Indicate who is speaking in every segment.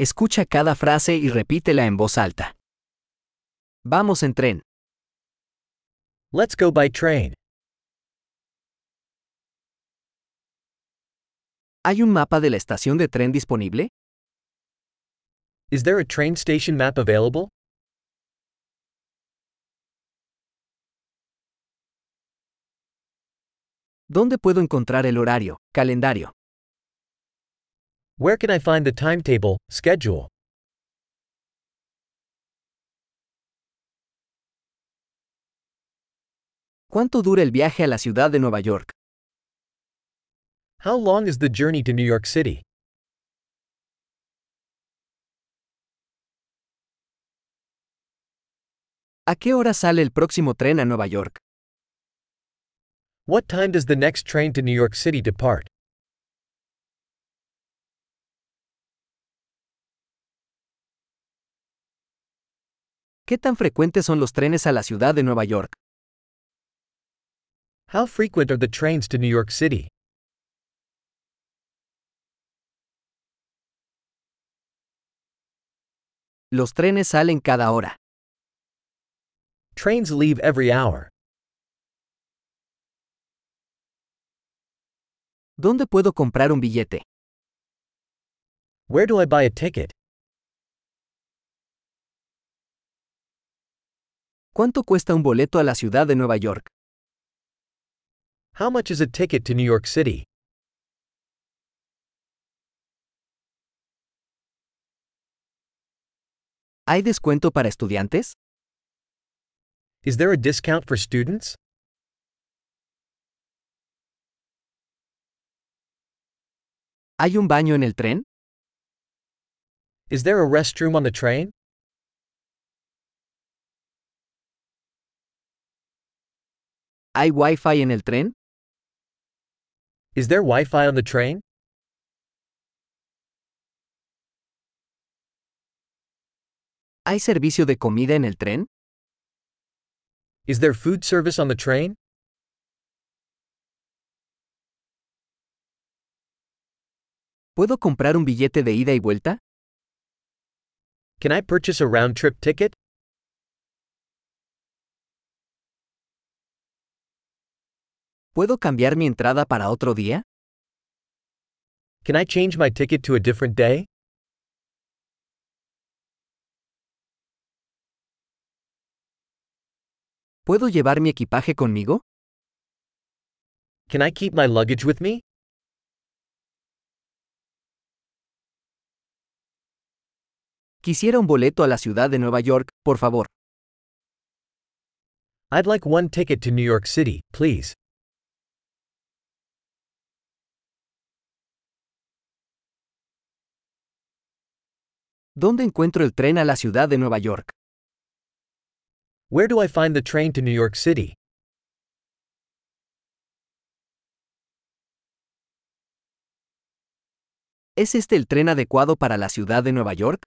Speaker 1: Escucha cada frase y repítela en voz alta. Vamos en tren.
Speaker 2: Let's go by train.
Speaker 1: ¿Hay un mapa de la estación de tren disponible?
Speaker 2: Is there a train station map available?
Speaker 1: ¿Dónde puedo encontrar el horario, calendario?
Speaker 2: Where can I find the timetable, schedule?
Speaker 1: ¿Cuánto dura el viaje a la ciudad de Nueva York?
Speaker 2: How long is the journey to New York City?
Speaker 1: ¿A qué hora sale el próximo tren a Nueva York?
Speaker 2: What time does the next train to New York City depart?
Speaker 1: ¿Qué tan frecuentes son los trenes a la ciudad de Nueva York?
Speaker 2: How frequent are the trains to New York City?
Speaker 1: Los trenes salen cada hora.
Speaker 2: Trains leave every hour.
Speaker 1: ¿Dónde puedo comprar un billete?
Speaker 2: Where do I buy a ticket?
Speaker 1: ¿Cuánto cuesta un boleto a la ciudad de Nueva York?
Speaker 2: How much is a ticket to New York City?
Speaker 1: ¿Hay descuento para estudiantes?
Speaker 2: Is there a discount for students?
Speaker 1: ¿Hay un baño en el tren?
Speaker 2: Is there a restroom on the train?
Speaker 1: ¿Hay Wi-Fi en el tren?
Speaker 2: Is there Wi Fi on the train?
Speaker 1: ¿Hay servicio de comida en el tren?
Speaker 2: Is there food service on the train?
Speaker 1: ¿Puedo comprar un billete de ida y vuelta?
Speaker 2: Can I purchase a round trip ticket?
Speaker 1: ¿Puedo cambiar mi entrada para otro día?
Speaker 2: Can I change my ticket to a different day?
Speaker 1: ¿Puedo llevar mi equipaje conmigo?
Speaker 2: Can I keep my luggage with me?
Speaker 1: Quisiera un boleto a la ciudad de Nueva York, por favor.
Speaker 2: I'd like one ticket to New York City, please.
Speaker 1: ¿Dónde encuentro el tren a la ciudad de Nueva York?
Speaker 2: Where do I find the train to New York City?
Speaker 1: ¿Es este el tren adecuado para la ciudad de Nueva York?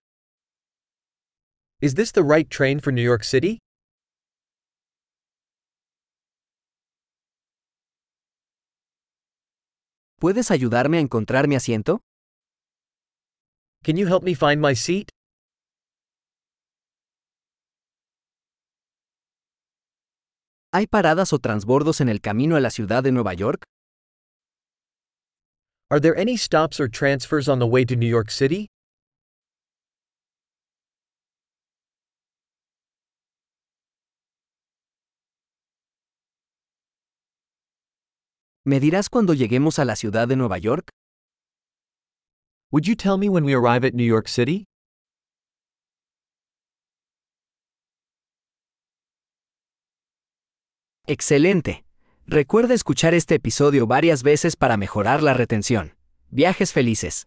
Speaker 2: Is this the right train for New York City?
Speaker 1: ¿Puedes ayudarme a encontrar mi asiento?
Speaker 2: Can you help me find my seat?
Speaker 1: ¿Hay paradas o transbordos en el camino a la ciudad de Nueva York?
Speaker 2: Are there any stops or transfers on the way to New York City?
Speaker 1: ¿Me dirás cuando lleguemos a la ciudad de Nueva York?
Speaker 2: Would you tell me when we arrive at New York City?
Speaker 1: Excelente. Recuerda escuchar este episodio varias veces para mejorar la retención. Viajes felices.